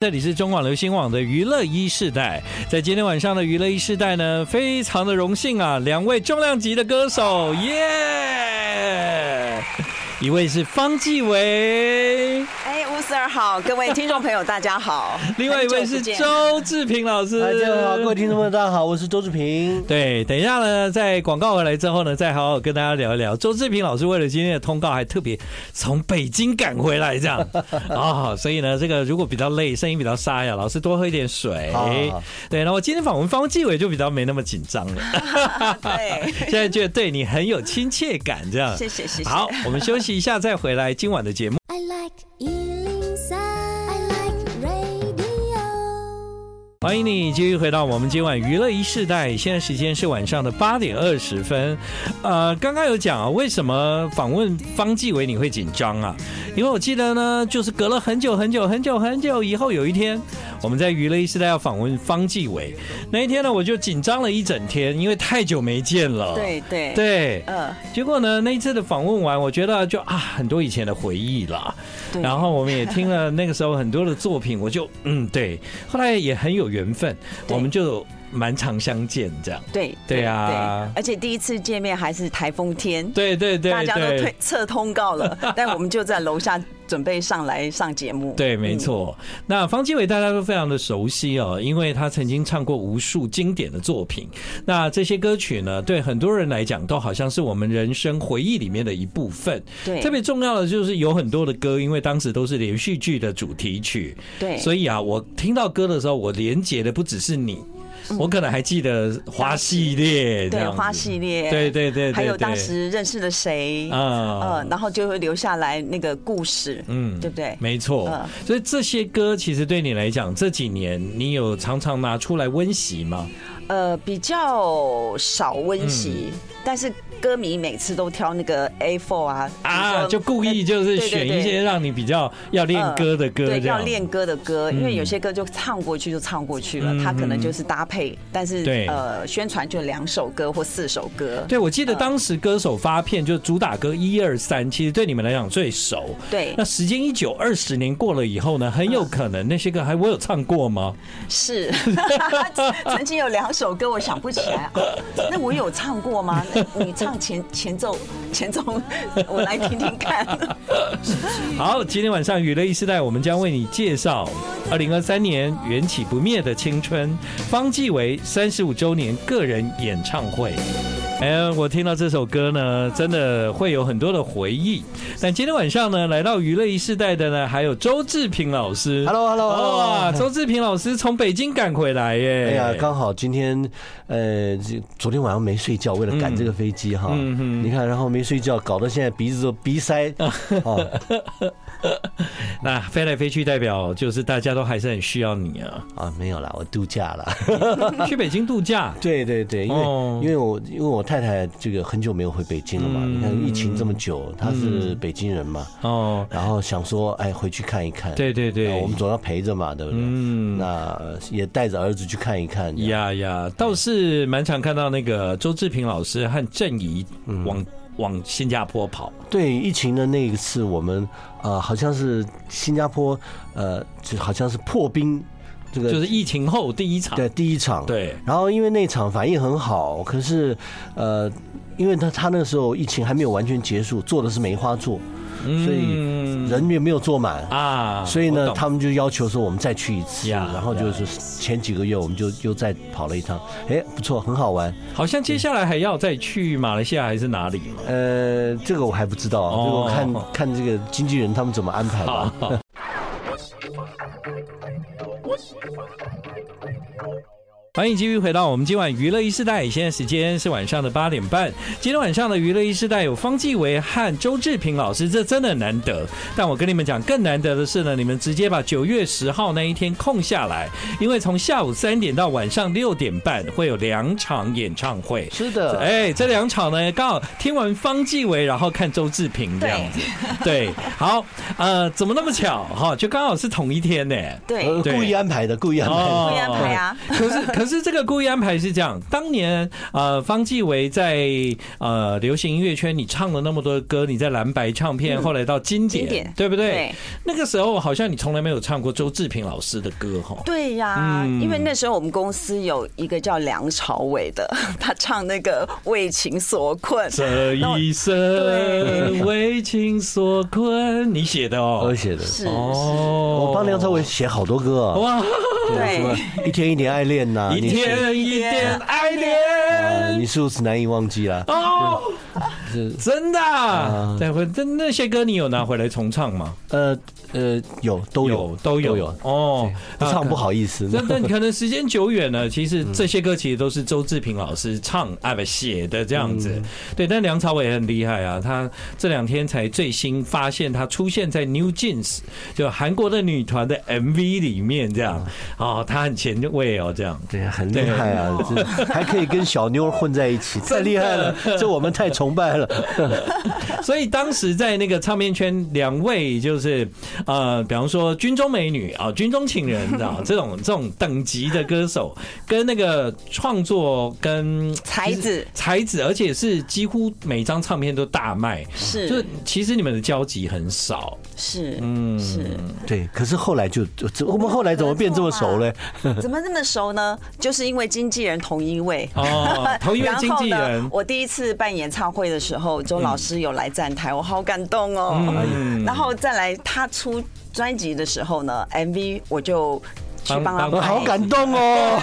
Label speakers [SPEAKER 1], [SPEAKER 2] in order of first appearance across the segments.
[SPEAKER 1] 这里是中广流行网的娱乐一世代，在今天晚上的娱乐一世代呢，非常的荣幸啊，两位重量级的歌手，耶、一位是方季韦，
[SPEAKER 2] 哎，吴四儿好，各位听众朋友大家好。
[SPEAKER 1] 另外一位是
[SPEAKER 2] 很久不见
[SPEAKER 1] 周志平老师。
[SPEAKER 3] 大家好，各位听众朋友，大家好，我是周志平。
[SPEAKER 1] 对，等一下呢，在广告回来之后呢，再好好跟大家聊一聊。周志平老师为了今天的通告，还特别从北京赶回来，这 样啊、所以呢，这个如果比较累，声音比较沙哑，老师多喝一点水。
[SPEAKER 2] 啊
[SPEAKER 3] 好好好
[SPEAKER 1] 对，然后我今天访问方继伟就比较没那么紧张了，
[SPEAKER 2] 对，
[SPEAKER 1] 现在觉得对你很有亲切感，这样。
[SPEAKER 2] 谢谢谢谢。
[SPEAKER 1] 好，我们休息一下再回来今晚的节目。
[SPEAKER 4] I like Ealing Sound. I like radio.
[SPEAKER 1] 欢迎你继续回到我们今晚娱乐一世代，现在时间是晚上的八点二十分。呃，刚刚有讲啊，为什么访问方季韦你会紧张啊？因为我记得呢，就是隔了很久很久很久很久以后，有一天我们在娱乐一世代要访问方季韦，那一天呢，我就紧张了一整天，因为太久没见了。
[SPEAKER 2] 对对，
[SPEAKER 1] 对，
[SPEAKER 2] 嗯，
[SPEAKER 1] 结果呢，那一次的访问完，我觉得就啊，很多以前的回忆啦。
[SPEAKER 2] 对
[SPEAKER 1] 然后我们也听了那个时候很多的作品，我就嗯 对，后来也很有缘分，
[SPEAKER 2] 对
[SPEAKER 1] 我们就蛮常相见这样。
[SPEAKER 2] 对
[SPEAKER 1] 对啊
[SPEAKER 2] 对而且第一次见面还是台风天，
[SPEAKER 1] 对对对
[SPEAKER 2] 大家都退
[SPEAKER 1] 对。
[SPEAKER 2] 撤通 告了，但我们就在楼下准备上来上节目。嗯
[SPEAKER 1] 对，没错。那方季韦大家都非常的熟悉哦，因为他曾经唱过无数经典的作品。那这些歌曲呢，对很多人来讲，都好像是我们人生回忆里面的一部分。
[SPEAKER 2] 对
[SPEAKER 1] 特别重要的就是有很多的歌，因为当时都是连续剧的主题曲。
[SPEAKER 2] 对
[SPEAKER 1] 所以啊，我听到歌的时候，我连接的不只是你，我可能还记得花系列，这
[SPEAKER 2] 嗯对
[SPEAKER 1] 样子
[SPEAKER 2] 花系列，
[SPEAKER 1] 对对对对，
[SPEAKER 2] 还有
[SPEAKER 1] 对
[SPEAKER 2] 当时认识了谁，
[SPEAKER 1] 啊
[SPEAKER 2] 嗯，然后就会留下来那个故事，
[SPEAKER 1] 嗯
[SPEAKER 2] 对不对？
[SPEAKER 1] 没错
[SPEAKER 2] 嗯，
[SPEAKER 1] 所以这些歌其实对你来讲，这几年你有常常拿出来温习吗？
[SPEAKER 2] 呃，比较少温习，
[SPEAKER 1] 嗯
[SPEAKER 2] 但是歌迷每次都挑那个 A4 啊，比如
[SPEAKER 1] 啊，
[SPEAKER 2] 说
[SPEAKER 1] 就故意就是选一
[SPEAKER 2] 对对
[SPEAKER 1] 些
[SPEAKER 2] 对
[SPEAKER 1] 让你比较要练歌的歌，
[SPEAKER 2] 呃对，
[SPEAKER 1] 这
[SPEAKER 2] 要
[SPEAKER 1] 样嗯
[SPEAKER 2] 练歌的歌，因为有些歌就唱过去就唱过去了，它可能就是搭配，但是
[SPEAKER 1] 对
[SPEAKER 2] 呃，宣传就两首歌或四首歌，
[SPEAKER 1] 对，我记得当时歌手发片就是主打歌一二三，其实对你们来讲最熟。
[SPEAKER 2] 对
[SPEAKER 1] 那时间一久，二十年过了以后呢，很有可能那些歌还我有唱过吗？
[SPEAKER 2] 是，曾经有两首歌我想不起来，啊、那我有唱过吗？那你唱前前奏前奏，我来听听看。
[SPEAKER 1] 好，今天晚上娱乐一时代，我们将为你介绍二零二三年缘起不灭的青春方季韦三十五周年个人演唱会。哎，我听到这首歌呢，真的会有很多的回忆。但今天晚上呢，来到娱乐一世代的呢，还有周志平老师。
[SPEAKER 3] Hello，Hello，
[SPEAKER 1] 哇，
[SPEAKER 3] hello
[SPEAKER 1] 啊周志平老师从北京赶回来耶！
[SPEAKER 3] 哎呀，刚好今天，呃，这昨天晚上没睡觉，为了赶这个飞机哈，
[SPEAKER 1] 嗯
[SPEAKER 3] 你看，然后没睡觉，搞到现在鼻子都鼻 塞啊
[SPEAKER 1] 那飞来飞去，代表就是大家都还是很需要你啊。
[SPEAKER 3] 啊，没有啦，我度 假了。
[SPEAKER 1] 去北京度假，
[SPEAKER 3] 对对对，因为
[SPEAKER 1] 哦嗯
[SPEAKER 3] 因为我因为我太太这个很久没有回北京了嘛，你看疫情这么久，她是北京人嘛，
[SPEAKER 1] 哦，
[SPEAKER 3] 然后想说，哎，回去看一看。
[SPEAKER 1] 对对对
[SPEAKER 3] 啊我们总要陪着嘛，对不对？嗯，那也带着儿子去看一看。这样
[SPEAKER 1] 呀呀，倒是蛮常看到那个周志平老师和郑怡
[SPEAKER 3] 嗯
[SPEAKER 1] 往、往新加坡跑，
[SPEAKER 3] 对疫情的那一次，我们呃好像是新加坡呃，就好像是破冰，这个
[SPEAKER 1] 就是疫情后第一场。
[SPEAKER 3] 对第一场。
[SPEAKER 1] 对
[SPEAKER 3] 然后因为那场反应很好，可是呃，因为他他那时候疫情还没有完全结束，做的是梅花座，所以人也没有坐满。
[SPEAKER 1] 嗯啊，
[SPEAKER 3] 所以
[SPEAKER 1] 我
[SPEAKER 3] 呢，
[SPEAKER 1] 懂
[SPEAKER 3] 他们就要求说我们再去一次，
[SPEAKER 1] 呀
[SPEAKER 3] 然后就是前几个月我们就又再跑了一趟，哎，不错，很好玩。
[SPEAKER 1] 好像接下来还要再去马来西亚还是哪里嘛？
[SPEAKER 3] 呃，这个我还不知道，这个我
[SPEAKER 1] 哦
[SPEAKER 3] 看看这个经纪人他们怎么安排吧。
[SPEAKER 1] 欢迎继续回到我们今晚娱乐一世代，现在时间是晚上的八点半。今天晚上的娱乐一世代有方季韦和周志平老师，这真的很难得。但我跟你们讲，更难得的是呢，你们直接把九月十号那一天空下来，因为从下午三点到晚上六点半会有两场演唱会。
[SPEAKER 3] 是的，
[SPEAKER 1] 哎，这两场呢，刚好听完方季韦，然后看周志平这样子。对，好，呃，怎么那么巧哈？就刚好是同一天呢、
[SPEAKER 2] 对，
[SPEAKER 3] 呃
[SPEAKER 1] 对
[SPEAKER 3] 故意安排的，故意安排的。
[SPEAKER 1] 哦
[SPEAKER 2] 故意安排啊
[SPEAKER 1] 可是可 是这个故意安排是这样，当年呃，方季韦在呃流行音乐圈，你唱了那么多的歌，你在蓝白唱片，后来到经典，
[SPEAKER 2] 经典
[SPEAKER 1] 对不对？
[SPEAKER 2] 对
[SPEAKER 1] 那个时候好像你从来没有唱过周志平老师的歌 哈。
[SPEAKER 2] 对呀、
[SPEAKER 1] 嗯
[SPEAKER 2] 因为那时候我们公司有一个叫梁朝伟的，他唱那个《为情所困》，
[SPEAKER 1] 这一生
[SPEAKER 2] 对
[SPEAKER 1] 为情所困，你写的哦
[SPEAKER 3] 我。写的，
[SPEAKER 2] 是
[SPEAKER 1] 哦，
[SPEAKER 3] 我帮梁朝伟写好多歌啊，
[SPEAKER 1] 哇，
[SPEAKER 2] 对
[SPEAKER 3] 什么一天一点爱恋呐，
[SPEAKER 1] 哦 一
[SPEAKER 3] 你是
[SPEAKER 1] 天一点爱
[SPEAKER 3] 啊，
[SPEAKER 1] 恋。
[SPEAKER 3] 你是不是难以忘记啊啦？
[SPEAKER 1] 哦，
[SPEAKER 3] 是
[SPEAKER 1] 真的啊，待会那那些歌你有拿回来重唱吗？
[SPEAKER 3] 呃呃，有都有
[SPEAKER 1] 都有
[SPEAKER 3] 有，
[SPEAKER 1] 哦，
[SPEAKER 3] 不
[SPEAKER 1] 啊
[SPEAKER 3] 唱不。好意思。
[SPEAKER 1] 那那可能时间久远 了，其实这些歌其实都是周志平老师唱啊不写的这样
[SPEAKER 3] 嗯
[SPEAKER 1] 子。对，但梁朝伟也很厉害啊，他这两天才最新发现他出现在 New Jeans，就韩国的女团的 MV 里面这
[SPEAKER 3] 啊
[SPEAKER 1] 样。哦，他很前卫哦，这样。
[SPEAKER 3] 对，很厉害啊！这还可以跟小妞混在一 起，太厉害了！这我们太崇拜了。
[SPEAKER 1] 所以当时在那个唱片圈，两位就是呃，比方说军中美女啊、军中情人 啊这种这种等级的歌手，跟那个创作跟
[SPEAKER 2] 才子
[SPEAKER 1] 才子，而且是几乎每张唱片都大卖，就是
[SPEAKER 2] 是
[SPEAKER 1] 其实你们的交集很少，
[SPEAKER 2] 是
[SPEAKER 1] 嗯，
[SPEAKER 2] 是，
[SPEAKER 3] 对，可是后来就就就我们后来怎么
[SPEAKER 2] 啊
[SPEAKER 3] 变这么熟嘞？
[SPEAKER 2] 怎么这么熟呢？就是因为经纪人同一位。 呃
[SPEAKER 1] 哦，同一位
[SPEAKER 2] 然
[SPEAKER 1] 经
[SPEAKER 2] 后
[SPEAKER 1] 纪
[SPEAKER 2] 呢
[SPEAKER 1] 人，，
[SPEAKER 2] 我第一次办演唱会的时候，周老师有来站台，我好感动哦。
[SPEAKER 1] 嗯
[SPEAKER 2] 然后再来他出专辑的时候呢，MV 我就去
[SPEAKER 1] 帮
[SPEAKER 2] 帮他
[SPEAKER 1] 帮
[SPEAKER 3] 我
[SPEAKER 2] 拍。
[SPEAKER 3] 好感动哦！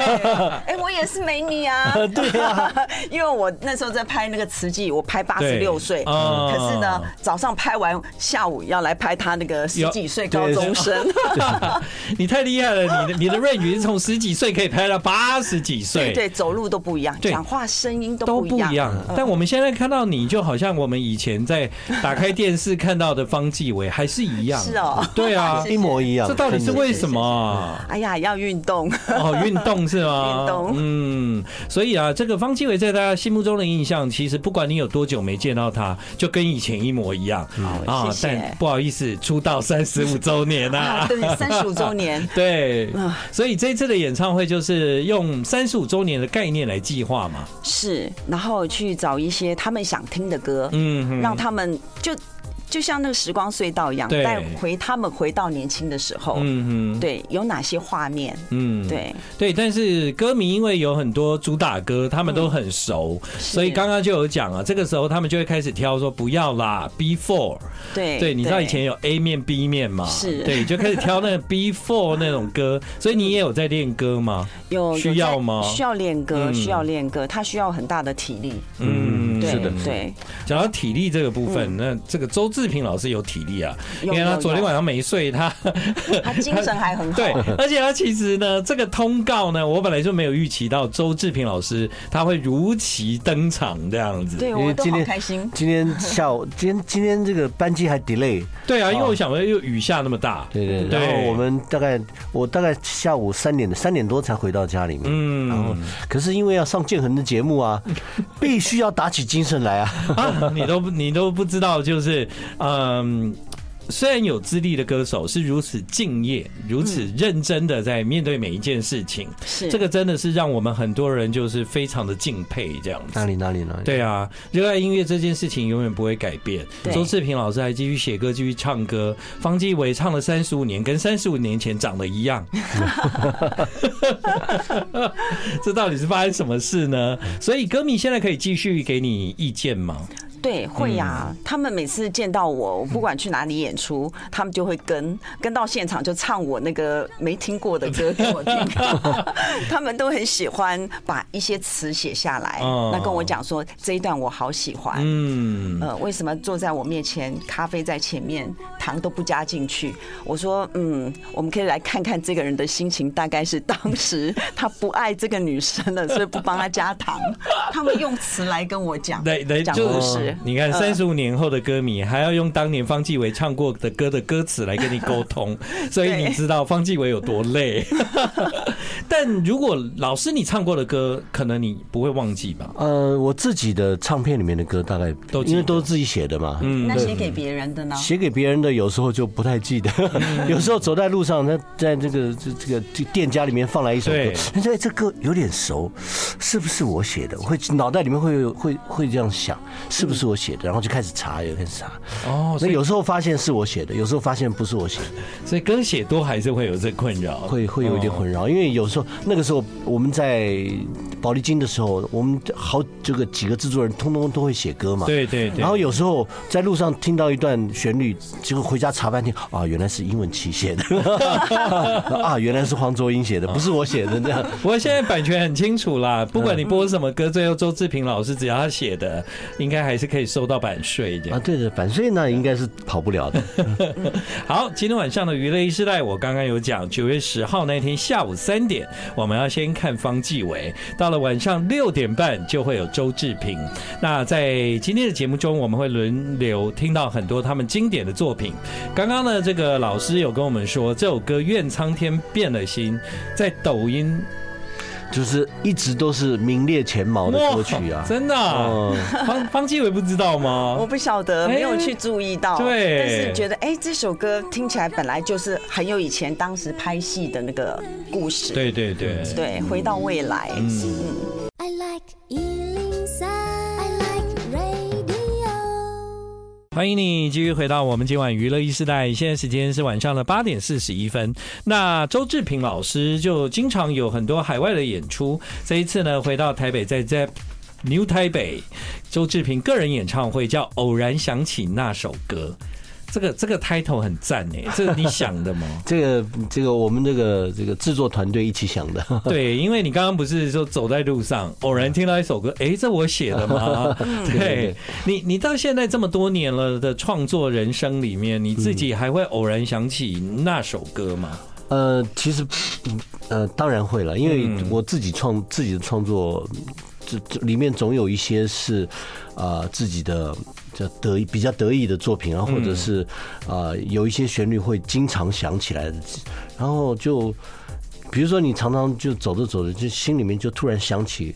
[SPEAKER 2] 哎、我也是美 女啊！对啊， 因为我那时候在拍那个慈济，我拍八十六岁，
[SPEAKER 1] 对啊
[SPEAKER 2] 可是呢，早上拍完，下午要来拍他那个十几岁高中生，
[SPEAKER 1] 你太厉害了，你的你的 range 是从十几岁可以拍到八十几岁，
[SPEAKER 2] 对对，走路都不一样，
[SPEAKER 1] 对
[SPEAKER 2] 讲话声音都
[SPEAKER 1] 都
[SPEAKER 2] 不
[SPEAKER 1] 不
[SPEAKER 2] 一样。嗯
[SPEAKER 1] 一样。但我们现在看到你，就好像我们以前在打开电视看到的方继伟还是一样。
[SPEAKER 2] 是哦，
[SPEAKER 1] 对啊
[SPEAKER 3] 一模一样，
[SPEAKER 1] 这到底是
[SPEAKER 3] 真的
[SPEAKER 1] 为什么啊？
[SPEAKER 2] 哎呀，要运动，
[SPEAKER 1] 哦，运动是吗？
[SPEAKER 2] 运动
[SPEAKER 1] 嗯，所以啊，这个方继伟在大家心目中的印象，其实不管你有多久没见到他，就跟以前一模一样啊
[SPEAKER 2] 谢。谢
[SPEAKER 1] 但不好意思，出道三十五周年
[SPEAKER 2] 啊
[SPEAKER 1] 啊，。
[SPEAKER 2] 对，三十五周年
[SPEAKER 1] 对，所以这次的演唱会就是用三十五周年的概念来计划嘛。
[SPEAKER 2] 是，然后去找一些他们想听的歌，
[SPEAKER 1] 嗯哼，
[SPEAKER 2] 让他们就就像那个时光隧道一样，
[SPEAKER 1] 对
[SPEAKER 2] 带回他们回到年轻的时候。
[SPEAKER 1] 嗯哼，
[SPEAKER 2] 对，有哪些画面？
[SPEAKER 1] 嗯，。
[SPEAKER 2] 对，
[SPEAKER 1] 对，但是歌迷因为有很多主打歌，他们都很熟，
[SPEAKER 2] 嗯
[SPEAKER 1] 所以刚刚就有讲啊，这个时候他们就会开始挑说不要啦，Before，
[SPEAKER 2] 对
[SPEAKER 1] 对，你知道以前有 A 面 B 面嘛，
[SPEAKER 2] 是
[SPEAKER 1] 对，就开始挑那个 Before 那种歌，所以你也有在练歌吗？
[SPEAKER 2] 有有
[SPEAKER 1] 需
[SPEAKER 2] 在
[SPEAKER 1] 要吗
[SPEAKER 2] 需要练歌，
[SPEAKER 1] 嗯
[SPEAKER 2] 需要练歌，他需要很大的体力。
[SPEAKER 1] 嗯，
[SPEAKER 2] 对对，
[SPEAKER 1] 讲到体力这个部分，那这个周志平老师有体力啊，因
[SPEAKER 2] 有
[SPEAKER 1] 为他
[SPEAKER 2] 有
[SPEAKER 1] 昨天
[SPEAKER 2] 有
[SPEAKER 1] 晚上没睡，他
[SPEAKER 2] 他精神还很 好。
[SPEAKER 1] 对，而且他其实呢，这个通告呢，我本来就没有预期到周志平老师他会如期登场这样子。
[SPEAKER 2] 对，
[SPEAKER 3] 因
[SPEAKER 2] 我
[SPEAKER 3] 为
[SPEAKER 2] 都
[SPEAKER 3] 今
[SPEAKER 2] 好
[SPEAKER 3] 天
[SPEAKER 2] 开心。
[SPEAKER 3] 今天下午，今天今天这个班机还 delay，
[SPEAKER 1] 对啊，因为我想说又雨下那么大，
[SPEAKER 3] 哦对
[SPEAKER 1] 对
[SPEAKER 3] 然后我们大概我大概下午三点三点多才回到家里面，
[SPEAKER 1] 嗯
[SPEAKER 3] 然后可是因为要上建恒的节 目啊，必须要打起精神来啊，
[SPEAKER 1] 啊，你都不你都不知道，就是嗯。虽然有资历的歌手是如此敬业、如此认真的在面对每一件事情，
[SPEAKER 3] 嗯
[SPEAKER 2] 是
[SPEAKER 1] 这个真的是让我们很多人就是非常的敬佩这样子。
[SPEAKER 3] 哪里哪里哪里，
[SPEAKER 1] 对啊，热爱音乐这件事情永远不会改变。
[SPEAKER 2] 对
[SPEAKER 1] 周志平老师还继续写歌，继续唱歌。方季韦唱了三十五年，跟三十五年前长得一样。这到底是发生什么事呢？所以歌迷现在可以继续给你意见吗？
[SPEAKER 2] 对，会呀、
[SPEAKER 1] 嗯
[SPEAKER 2] 他们每次见到我，我不管去哪里演出，他们就会跟跟到现场就唱我那个没听过的 歌给我听。 他们都很喜欢把一些词写下来，
[SPEAKER 1] 嗯
[SPEAKER 2] 那跟我讲说这一段我好喜欢。
[SPEAKER 1] 嗯，
[SPEAKER 2] 呃，为什么坐在我面前，咖啡在前面，糖都不加进去？我说，嗯，我们可以来看看这个人的心情，大概是当时 他不爱这个女生了，所以不帮她加糖。他们用词来跟我讲，
[SPEAKER 1] 来来
[SPEAKER 2] 讲
[SPEAKER 1] 就
[SPEAKER 2] 故
[SPEAKER 1] 是
[SPEAKER 2] 事，是
[SPEAKER 1] 你看，
[SPEAKER 2] 嗯
[SPEAKER 1] 三十五年后的歌迷还要用当年方季韦唱过的歌的歌词来跟你沟通，所以你知道方季韦有多累。 但如果老师你唱过的歌，可能你不会忘记吧？
[SPEAKER 3] 呃，我自己的唱片里面的歌大概
[SPEAKER 1] 都记得
[SPEAKER 3] 因为都是自己写的嘛，嗯，
[SPEAKER 2] 那写给别人的
[SPEAKER 1] 啊
[SPEAKER 2] 呢？
[SPEAKER 3] 写给别人的有时候就不太记得，
[SPEAKER 1] 嗯
[SPEAKER 3] 有时候走在路上，他在这个这这个这店家里面放来一首歌
[SPEAKER 1] 对，
[SPEAKER 3] 他说哎这歌有点熟，是不是我写的？会脑袋里面会有会会这样想，是不是我写的？然后就开始查，又开始查。
[SPEAKER 1] 哦，
[SPEAKER 3] 那
[SPEAKER 1] 所以
[SPEAKER 3] 有时候发现是我写的，有时候发现不是我写的，
[SPEAKER 1] 所以歌写多还是会有这困扰，
[SPEAKER 3] 会会有一点
[SPEAKER 1] 哦
[SPEAKER 3] 混淆，因为有时候那个时候我们在宝丽金的时候，我们好这个几个制作人通通都会写歌嘛，
[SPEAKER 1] 对对对，
[SPEAKER 3] 然后有时候在路上听到一段旋律，结果回家查半天，啊，原来是英文旗写的， 啊，原来是黄卓英写
[SPEAKER 1] 哦
[SPEAKER 3] 的，不是我写的这样。
[SPEAKER 1] 不过现在版权很清楚啦，不管你播什么歌，最后周志平老师只要他写的，应该还是可以收到版税的
[SPEAKER 3] 啊，。对的，版税那应该是跑不 了的。
[SPEAKER 1] 好，今天晚上的娱乐一时代，我刚刚有讲，九月十号那天下午三点，我们要先看方季韦，到了晚上六点半就会有周志平。那在今天的节目中，我们会轮流听到很多他们经典的作品。刚刚呢，这个老师有跟我们说，这首歌《愿苍天变了心》在抖音
[SPEAKER 3] 就是一直都是名列前茅的歌曲
[SPEAKER 1] 哇
[SPEAKER 3] 啊。
[SPEAKER 1] 真的啊、
[SPEAKER 3] 嗯，
[SPEAKER 1] 方方季韦不知道
[SPEAKER 2] 我
[SPEAKER 1] 吗？
[SPEAKER 2] 不晓得，
[SPEAKER 1] 哎
[SPEAKER 2] 没有去注意到，
[SPEAKER 1] 对
[SPEAKER 2] 但是觉得哎，这首歌听起来本来就是很有以前当时拍戏的那个故事，
[SPEAKER 1] 对嗯对对，
[SPEAKER 2] 对，回到未来，嗯
[SPEAKER 4] I like Ealing Sound. I like radio.
[SPEAKER 1] 欢迎你继续回到我们今晚娱乐一时代，现在时间是晚上的八点四十一分。那周志平老师就经常有很多海外的演出，这一次呢回到台北，在在 New 台北，周志平个人演唱会叫《偶然想起那首歌》。这个这个 title 很赞哎，这个你想的吗？
[SPEAKER 3] 这个这个我们这个这个制作团队一起想的。
[SPEAKER 1] 对，因为你刚刚不是说走在路上，偶然听到一首歌，诶，这我写的吗？对
[SPEAKER 3] 对
[SPEAKER 1] 你，你到现在这么多年了的创作人生里面，你自己还会偶然想起那首歌吗？
[SPEAKER 3] 呃，其实，嗯呃，当然会了，因为
[SPEAKER 1] 嗯
[SPEAKER 3] 我自己创自己的创作，嗯这这里面总有一些是，啊、自己的这得意比较得意的作品啊，或者是啊、呃有一些旋律会经常想起来的，然后就，比如说你常常就走着走着，就心里面就突然想起。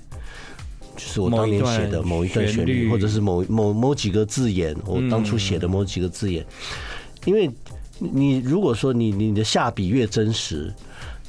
[SPEAKER 3] 就是我
[SPEAKER 1] 某
[SPEAKER 3] 当
[SPEAKER 1] 一
[SPEAKER 3] 年
[SPEAKER 1] 段
[SPEAKER 3] 写的某一段
[SPEAKER 1] 旋
[SPEAKER 3] 旋
[SPEAKER 1] 律
[SPEAKER 3] 律，或嗯者是某某某几个字眼，我当初写的某几个字眼，因为你如果说你你的下笔越真实，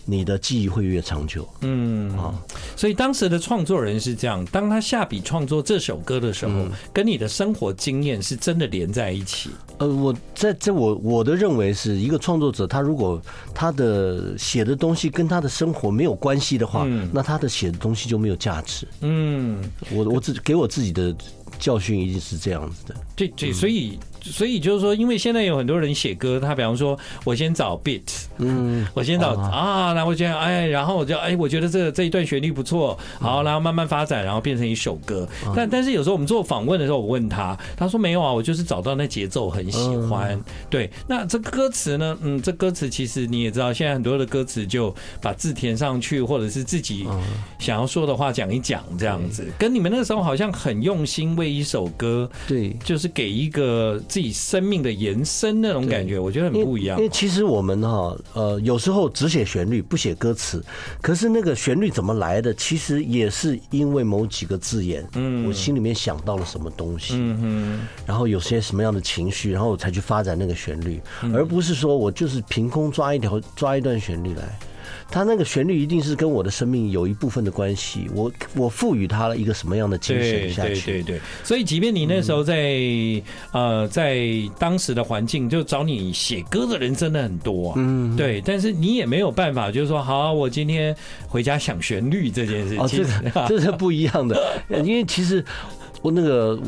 [SPEAKER 3] 你的记忆会越长久。
[SPEAKER 1] 嗯
[SPEAKER 3] 啊
[SPEAKER 1] 所以当时的创作人是这样，当他下笔创作这首歌的时候，跟你的生活经验是真的连在一起。
[SPEAKER 3] 呃，我在这我我的认为是一个创作者，他如果他的写的东西跟他的生活没有关系的话，那他的写的东西就没有价值。
[SPEAKER 1] 嗯，
[SPEAKER 3] 我我自给我自己的教训一定是这样子的。
[SPEAKER 1] 对对，所以所以就是说，因为现在有很多人写歌，他比方说，我先找 beat，
[SPEAKER 3] 嗯，
[SPEAKER 1] 我先找啊，然后我觉得哎，然后我就哎，我觉得这个这一段旋律不错，好，然后慢慢发展，然后变成一首歌。但但是有时候我们做访问的时候，我问他，他说没有啊，我就是找到那节奏很喜欢。对，那这歌词呢？嗯，这歌词其实你也知道，现在很多的歌词就把字填上去，或者是自己想要说的话讲一讲，这样子。跟你们那时候好像很用心为一首歌，
[SPEAKER 3] 对。
[SPEAKER 1] 就是给一个自己生命的延伸那种感觉，我觉得很
[SPEAKER 3] 因为
[SPEAKER 1] 不一样
[SPEAKER 3] 因为。其实我们哈，呃，有时候只写旋律不写歌词，可是那个旋律怎么来的，其实也是因为某几个字眼，嗯，我心里面想到了什么东西，
[SPEAKER 1] 嗯
[SPEAKER 3] 然后有些什么样的情绪，然后我才去发展那个旋律，
[SPEAKER 1] 嗯
[SPEAKER 3] 而不是说我就是凭空抓一条抓一段旋律来。它那个旋律一定是跟我的生命有一部分的关系，我我赋予它了一个什么样的精神
[SPEAKER 1] 对
[SPEAKER 3] 下
[SPEAKER 1] 对
[SPEAKER 3] 去？
[SPEAKER 1] 对对，所以即便你那时候在、呃在当时的环境，就找你写歌的人真的很多、啊，嗯，对，但是你也没有办法，就是说好，我今天回家想旋律这件事情，
[SPEAKER 3] 哦，这个这是不一样的，因为其实我那个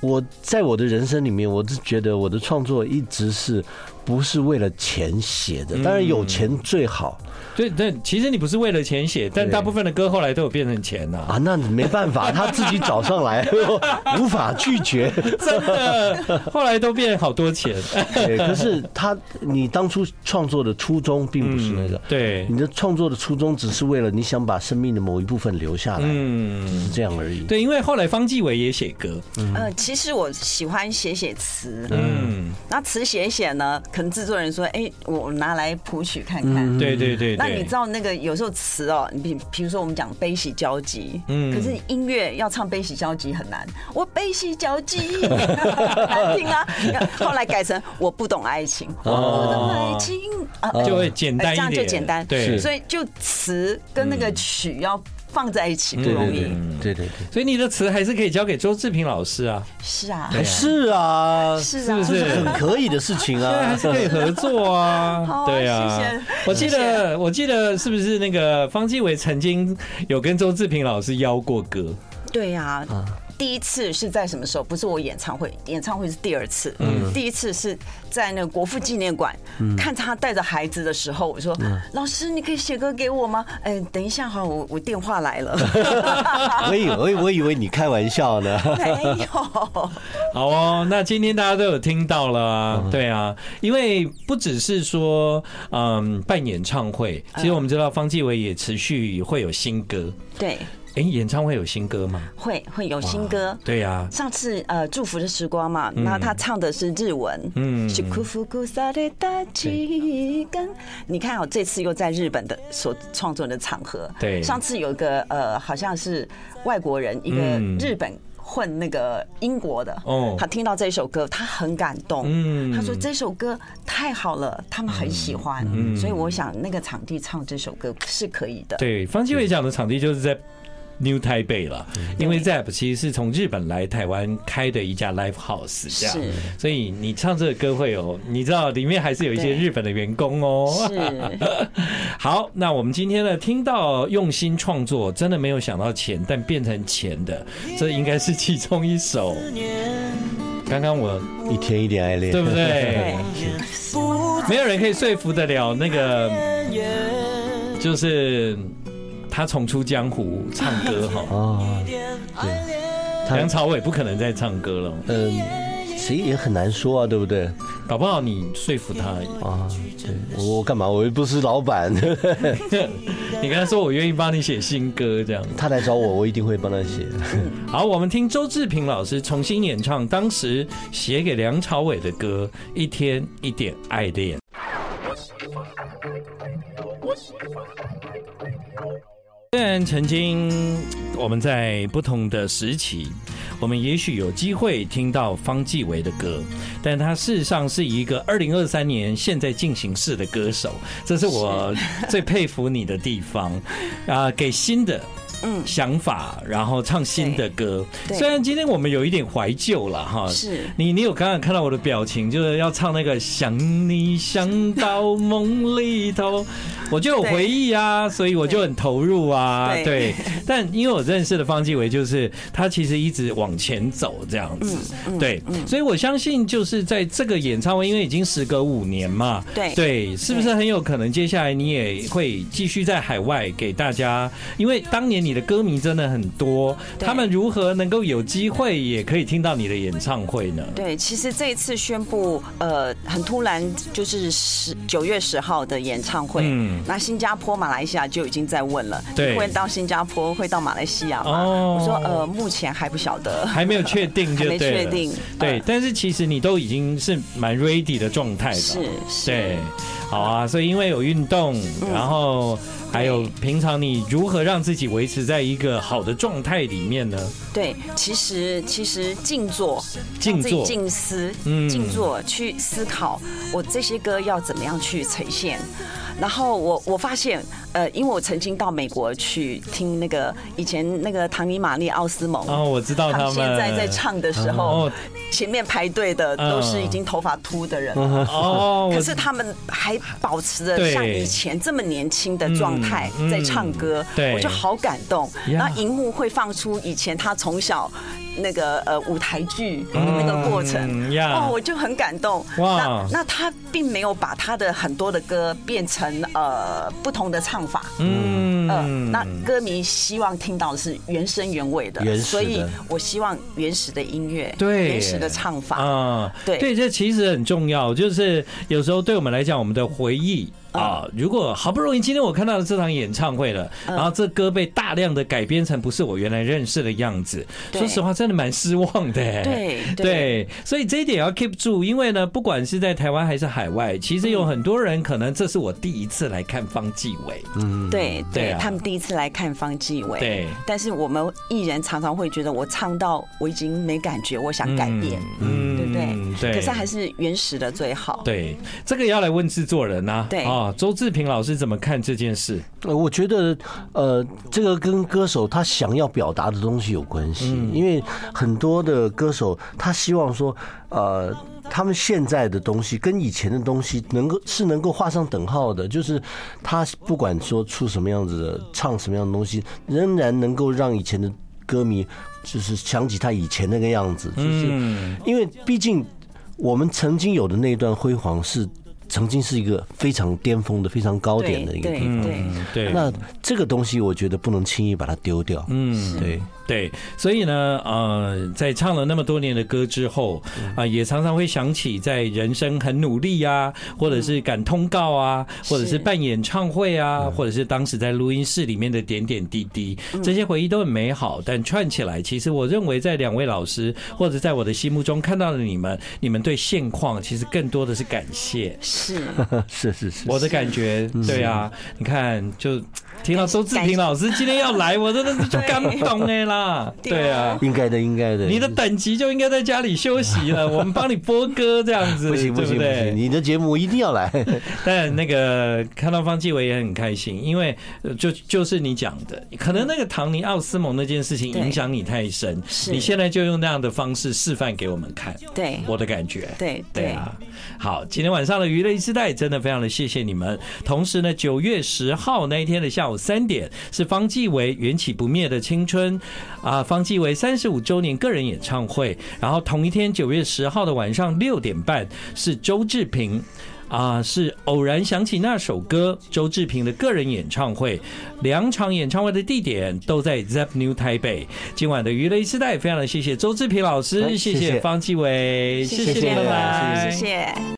[SPEAKER 3] 我在我的人生里面，我是觉得我的创作一直是不是为了钱写的，当然有钱最好
[SPEAKER 1] 对对，其实你不是为了钱写，但
[SPEAKER 3] 对
[SPEAKER 1] 大部分的歌后来都有变成钱呐、
[SPEAKER 3] 啊，那没办法，他自己找上来， 无法拒绝。
[SPEAKER 1] 真的， 后来都变好多 钱。
[SPEAKER 3] 对，可是他，你当初创作的初衷并不是那个，
[SPEAKER 1] 嗯对，
[SPEAKER 3] 你的创作的初衷只是为了你想把生命的某一部分留下来，
[SPEAKER 1] 嗯，
[SPEAKER 3] 是这样而已。
[SPEAKER 1] 对，因为后来方季伟也写歌，
[SPEAKER 2] 呃，其实我喜欢写写词，
[SPEAKER 1] 嗯，
[SPEAKER 2] 那词写一写呢，可能制作人说，哎、我拿来谱曲看
[SPEAKER 1] 嗯
[SPEAKER 2] 看。
[SPEAKER 1] 对对对
[SPEAKER 2] 那你
[SPEAKER 1] 对
[SPEAKER 2] 知，道那个有时候词哦，你比比如说我们讲悲喜交集，
[SPEAKER 1] 嗯
[SPEAKER 2] 可是音乐要唱悲喜交集很难，我悲喜交集 难 听啊。后来改成我不懂爱情，
[SPEAKER 1] 哦
[SPEAKER 2] 我不懂爱情啊，
[SPEAKER 1] 就会简单
[SPEAKER 2] 哎
[SPEAKER 1] 一
[SPEAKER 2] 这
[SPEAKER 1] 点，
[SPEAKER 2] 样就简单。
[SPEAKER 1] 哦对，所
[SPEAKER 2] 所
[SPEAKER 1] 以
[SPEAKER 2] 以就词跟那个曲要放在一起不
[SPEAKER 3] 对
[SPEAKER 2] 容
[SPEAKER 3] 对
[SPEAKER 1] 嗯
[SPEAKER 2] 易。
[SPEAKER 3] 对对对对，
[SPEAKER 1] 你的词还是可以交给周志平老师啊，
[SPEAKER 2] 是啊，
[SPEAKER 3] 还是啊，
[SPEAKER 2] 是啊，
[SPEAKER 1] 是不是
[SPEAKER 3] 很可以的事情
[SPEAKER 1] 对，还
[SPEAKER 3] 啊。
[SPEAKER 1] 是可以合作啊
[SPEAKER 2] 好，
[SPEAKER 1] 对啊
[SPEAKER 2] 谢谢。
[SPEAKER 1] 我记
[SPEAKER 2] 谢
[SPEAKER 1] 得我记得是不是那个方季伟曾经有跟周志平老师邀过歌？
[SPEAKER 2] 对呀、第一次是在什么时候？不是我演唱会，演唱会是第二次。第一次是在那个国父纪念馆，看他带着孩子的时候，我说：“老师，你可以写歌给我吗？”哎，等一下哈，我我电话来了。
[SPEAKER 3] 我以为我以为你开玩笑呢，
[SPEAKER 2] 没有，
[SPEAKER 1] 好 哦，那今天大家都有听到了
[SPEAKER 2] 嗯
[SPEAKER 1] 啊，对啊，因为不只是说嗯办演唱会，
[SPEAKER 2] 嗯
[SPEAKER 1] 其实我们知道方季伟也持续会有新歌。
[SPEAKER 2] 对，
[SPEAKER 1] 哎、演唱会有新歌吗？
[SPEAKER 2] 会会有新歌。
[SPEAKER 1] 对啊呀、
[SPEAKER 2] 上次呃，祝福的时光嘛，那他唱的是日文，
[SPEAKER 1] 嗯
[SPEAKER 2] 嗯，是库夫库萨的大吉根。你看哦，这次又在日本的所创作的场合，
[SPEAKER 1] 对
[SPEAKER 2] 上次有一个呃，好像是外国人，一个
[SPEAKER 1] 嗯
[SPEAKER 2] 日本混那个英国的，
[SPEAKER 1] 哦
[SPEAKER 2] 他听到这首歌，他很感动，
[SPEAKER 1] 嗯
[SPEAKER 2] 他说这首歌太好了，他们很喜欢，所以我想那个场地唱这首歌是可以的，
[SPEAKER 1] 嗯对，方季伟讲的场地就是在 New Taipei 了，
[SPEAKER 2] 嗯
[SPEAKER 1] 因为 ZAP 其实是从日本来台湾开的一家 Live House 这样
[SPEAKER 2] 是，
[SPEAKER 1] 所以你唱这个歌会有，你知道里面还是有一些
[SPEAKER 2] 对
[SPEAKER 1] 日本的员工 哦。
[SPEAKER 2] 是。
[SPEAKER 1] 好，那我们今天呢，听到用心创作，真的没有想到钱，但变成钱的，这应该是其中一首。刚刚我
[SPEAKER 3] 一天一点爱恋，
[SPEAKER 1] 对不对
[SPEAKER 2] 对？
[SPEAKER 1] 没有人可以说服得了那个，就是他重出江湖唱歌哈，
[SPEAKER 3] 啊，他
[SPEAKER 1] 梁朝伟不可能再唱歌了，
[SPEAKER 3] 嗯，谁也很难说啊，对不对？
[SPEAKER 1] 搞不好你说服他，
[SPEAKER 3] 啊，对我我干嘛？我又不是老板，
[SPEAKER 1] 你跟他说我愿意帮你写新歌这样。
[SPEAKER 3] 他来找我，我一定会帮他写。
[SPEAKER 1] 好，我们听周志平老师重新演唱当时写给梁朝伟的歌《一天一点爱恋》。虽然曾经我们在不同的时期，我们也许有机会听到方季韦的歌，但他事实上是一个二零二三年现在进行式的歌手，这是我最佩服你的地方啊、给新的。嗯，想法，然后唱新的歌。
[SPEAKER 2] 对对
[SPEAKER 1] 虽然今天我们有一点怀旧了哈，
[SPEAKER 2] 是
[SPEAKER 1] 你，你有刚刚看到我的表情，就是要唱那个《想你想到梦里头》，我就有
[SPEAKER 2] 对
[SPEAKER 1] 回忆啊，所以我就很投入啊。
[SPEAKER 2] 对
[SPEAKER 1] 对，但因为我认识的方季韦，就是他其实一直往前走这样子，
[SPEAKER 2] 嗯
[SPEAKER 1] 对，所以我相信就是在这个演唱会，因为已经时隔五年嘛，
[SPEAKER 2] 对
[SPEAKER 1] 对，是不是很有可能接下来你也会继续在海外给大家？因为当年你的歌迷真的很多，
[SPEAKER 2] 对
[SPEAKER 1] 他们如何能够有机会也可以听到你的演唱会呢？
[SPEAKER 2] 对，其实这一次宣布，呃，很突然，就是十九月十号的演唱会，
[SPEAKER 1] 嗯
[SPEAKER 2] 那新加坡、马来西亚就已经在问了，
[SPEAKER 1] 对
[SPEAKER 2] 你会到新加坡，会到马来西亚吗？
[SPEAKER 1] 哦
[SPEAKER 2] 我说，呃，目前还不晓得。
[SPEAKER 1] 还没有确定就
[SPEAKER 2] 还没
[SPEAKER 1] 对了
[SPEAKER 2] 确定
[SPEAKER 1] 对
[SPEAKER 2] 嗯，
[SPEAKER 1] 但是其实你都已经是蛮 ready 的状态了，
[SPEAKER 2] 是是
[SPEAKER 1] 对，好啊，所以因为有运动，然后还有
[SPEAKER 2] 对
[SPEAKER 1] 平常你如何让自己维持在一个好的状态里面呢？
[SPEAKER 2] 对，其实其实静坐，
[SPEAKER 1] 静
[SPEAKER 2] 让自己
[SPEAKER 1] 坐
[SPEAKER 2] 静思，
[SPEAKER 1] 嗯
[SPEAKER 2] 静坐去思考我这些歌要怎么样去呈现。然后我我发现，呃，因为我曾经到美国去听那个以前那个唐尼玛丽奥斯蒙，
[SPEAKER 1] 哦，我知道
[SPEAKER 2] 他
[SPEAKER 1] 他
[SPEAKER 2] 们
[SPEAKER 1] 们
[SPEAKER 2] 现在在唱的时候
[SPEAKER 1] 哦，嗯
[SPEAKER 2] 前面排队的都是已经头发秃的人，
[SPEAKER 1] 哦，我
[SPEAKER 2] 可是他们还保持着
[SPEAKER 1] 对
[SPEAKER 2] 像以前这么年轻的状态
[SPEAKER 1] 嗯
[SPEAKER 2] 在唱歌
[SPEAKER 1] 嗯，对
[SPEAKER 2] 我就好感动。
[SPEAKER 1] 呀
[SPEAKER 2] 然后荧幕会放出以前他从小那个呃舞台剧的那个过程，
[SPEAKER 1] 嗯呀
[SPEAKER 2] 哦，我就很感动。
[SPEAKER 1] 哇
[SPEAKER 2] 那那他并没有把他的很多的歌变成呃不同的唱法，
[SPEAKER 1] 嗯
[SPEAKER 2] 呃，那歌迷希望听到的是原声原味的，
[SPEAKER 3] 原始的
[SPEAKER 2] 所以我希望原始的音乐，
[SPEAKER 1] 对
[SPEAKER 2] 原始的唱法，
[SPEAKER 1] 啊、
[SPEAKER 2] 对
[SPEAKER 1] 对，这其实很重要。就是有时候对我们来讲，我们的回忆啊，如果好不容易今天我看到了这场演唱会了，
[SPEAKER 2] 嗯
[SPEAKER 1] 然后这歌被大量的改编成不是我原来认识的样子，
[SPEAKER 2] 对
[SPEAKER 1] 说实话，真的蛮失望的、欸。
[SPEAKER 2] 对对
[SPEAKER 1] 对，所以这一点要 keep 住，因为呢，不管是在台湾还是海外，其实有很多人可能这是我第一次来看方季伟，
[SPEAKER 2] 嗯对
[SPEAKER 1] 对啊
[SPEAKER 2] 他们第一次来看方季伟，
[SPEAKER 1] 对
[SPEAKER 2] 但是我们艺人常常会觉得我唱到我已经没感觉，我想改变，
[SPEAKER 1] 嗯
[SPEAKER 2] 对不对？
[SPEAKER 1] 对，
[SPEAKER 2] 可是还是原始的最好。
[SPEAKER 1] 对这个要来问制作人呐、啊，
[SPEAKER 2] 对
[SPEAKER 1] 周志平老师怎么看这件事？
[SPEAKER 3] 呃，我觉得，呃，这个跟歌手他想要表达的东西有关系，因为很多的歌手他希望说，呃，他们现在的东西跟以前的东西能够是能够画上等号的，就是他不管说出什么样子的，唱什么样的东西，仍然能够让以前的歌迷就是想起他以前那个样子，就是
[SPEAKER 1] 嗯
[SPEAKER 2] 嗯
[SPEAKER 3] 因为毕竟我们曾经有的那一段辉煌是。曾经是一个非常巅峰的、非常高
[SPEAKER 2] 对
[SPEAKER 3] 点的一
[SPEAKER 2] 对
[SPEAKER 3] 个地方。
[SPEAKER 2] 对，
[SPEAKER 1] 嗯对
[SPEAKER 3] 那这个东西，我觉得不能轻易把它丢掉。嗯，对，
[SPEAKER 1] 对，所以呢，呃，在唱了那么多年的歌之后，啊、也常常会想起在人生很努力啊，或者是赶通告啊，或者是
[SPEAKER 2] 是
[SPEAKER 1] 办演唱会啊，或者是当时在录音室里面的点点滴滴，这些回忆都很美好。但串起来，其实我认为在两位老师或者在我的心目中看到的你们，你们对现况其实更多的是感谢。
[SPEAKER 2] 是
[SPEAKER 3] 是是是。
[SPEAKER 1] 我的感觉，对啊，你看，就听到周志平老师今天要来，我真的是就感动的啦，
[SPEAKER 2] 对啊
[SPEAKER 1] 对啊。
[SPEAKER 3] 应该的，应该的。
[SPEAKER 1] 你的等级就应该在家里休息 了，我们帮你播歌这样子，
[SPEAKER 3] 不行不
[SPEAKER 1] 对
[SPEAKER 3] 行不
[SPEAKER 1] 对
[SPEAKER 3] 行，你的节目我一定要来。
[SPEAKER 1] 但那个看到方继伟也很开心，因为呃就就是你讲的，可能那个唐尼奥斯蒙那件事情
[SPEAKER 2] 对
[SPEAKER 1] 影响你太深，
[SPEAKER 2] 是
[SPEAKER 1] 你现在就用那样的方式示范给我们看，
[SPEAKER 2] 对
[SPEAKER 1] 我的感觉，
[SPEAKER 2] 对
[SPEAKER 1] 对
[SPEAKER 2] 对
[SPEAKER 1] 啊。好，今天晚上的娱乐一时代真的非常的谢谢你们。同时呢，九月十号那一天的下午三点是方季韦《缘起不灭的青春》啊，方季韦三十五周年个人演唱会。然后同一天九月十号的晚上六点半是周志平。啊，是偶然想起那首歌，周志平的个人演唱会，两场演唱会的地点都在 Zep New 台北。今晚的娱乐一时代，非常的谢谢周志平老师，
[SPEAKER 3] 哎
[SPEAKER 1] 谢
[SPEAKER 3] 谢
[SPEAKER 1] 谢
[SPEAKER 3] 谢
[SPEAKER 1] 方季伟，
[SPEAKER 2] 谢
[SPEAKER 1] 谢，
[SPEAKER 2] 谢
[SPEAKER 1] 拜拜，
[SPEAKER 2] 谢谢。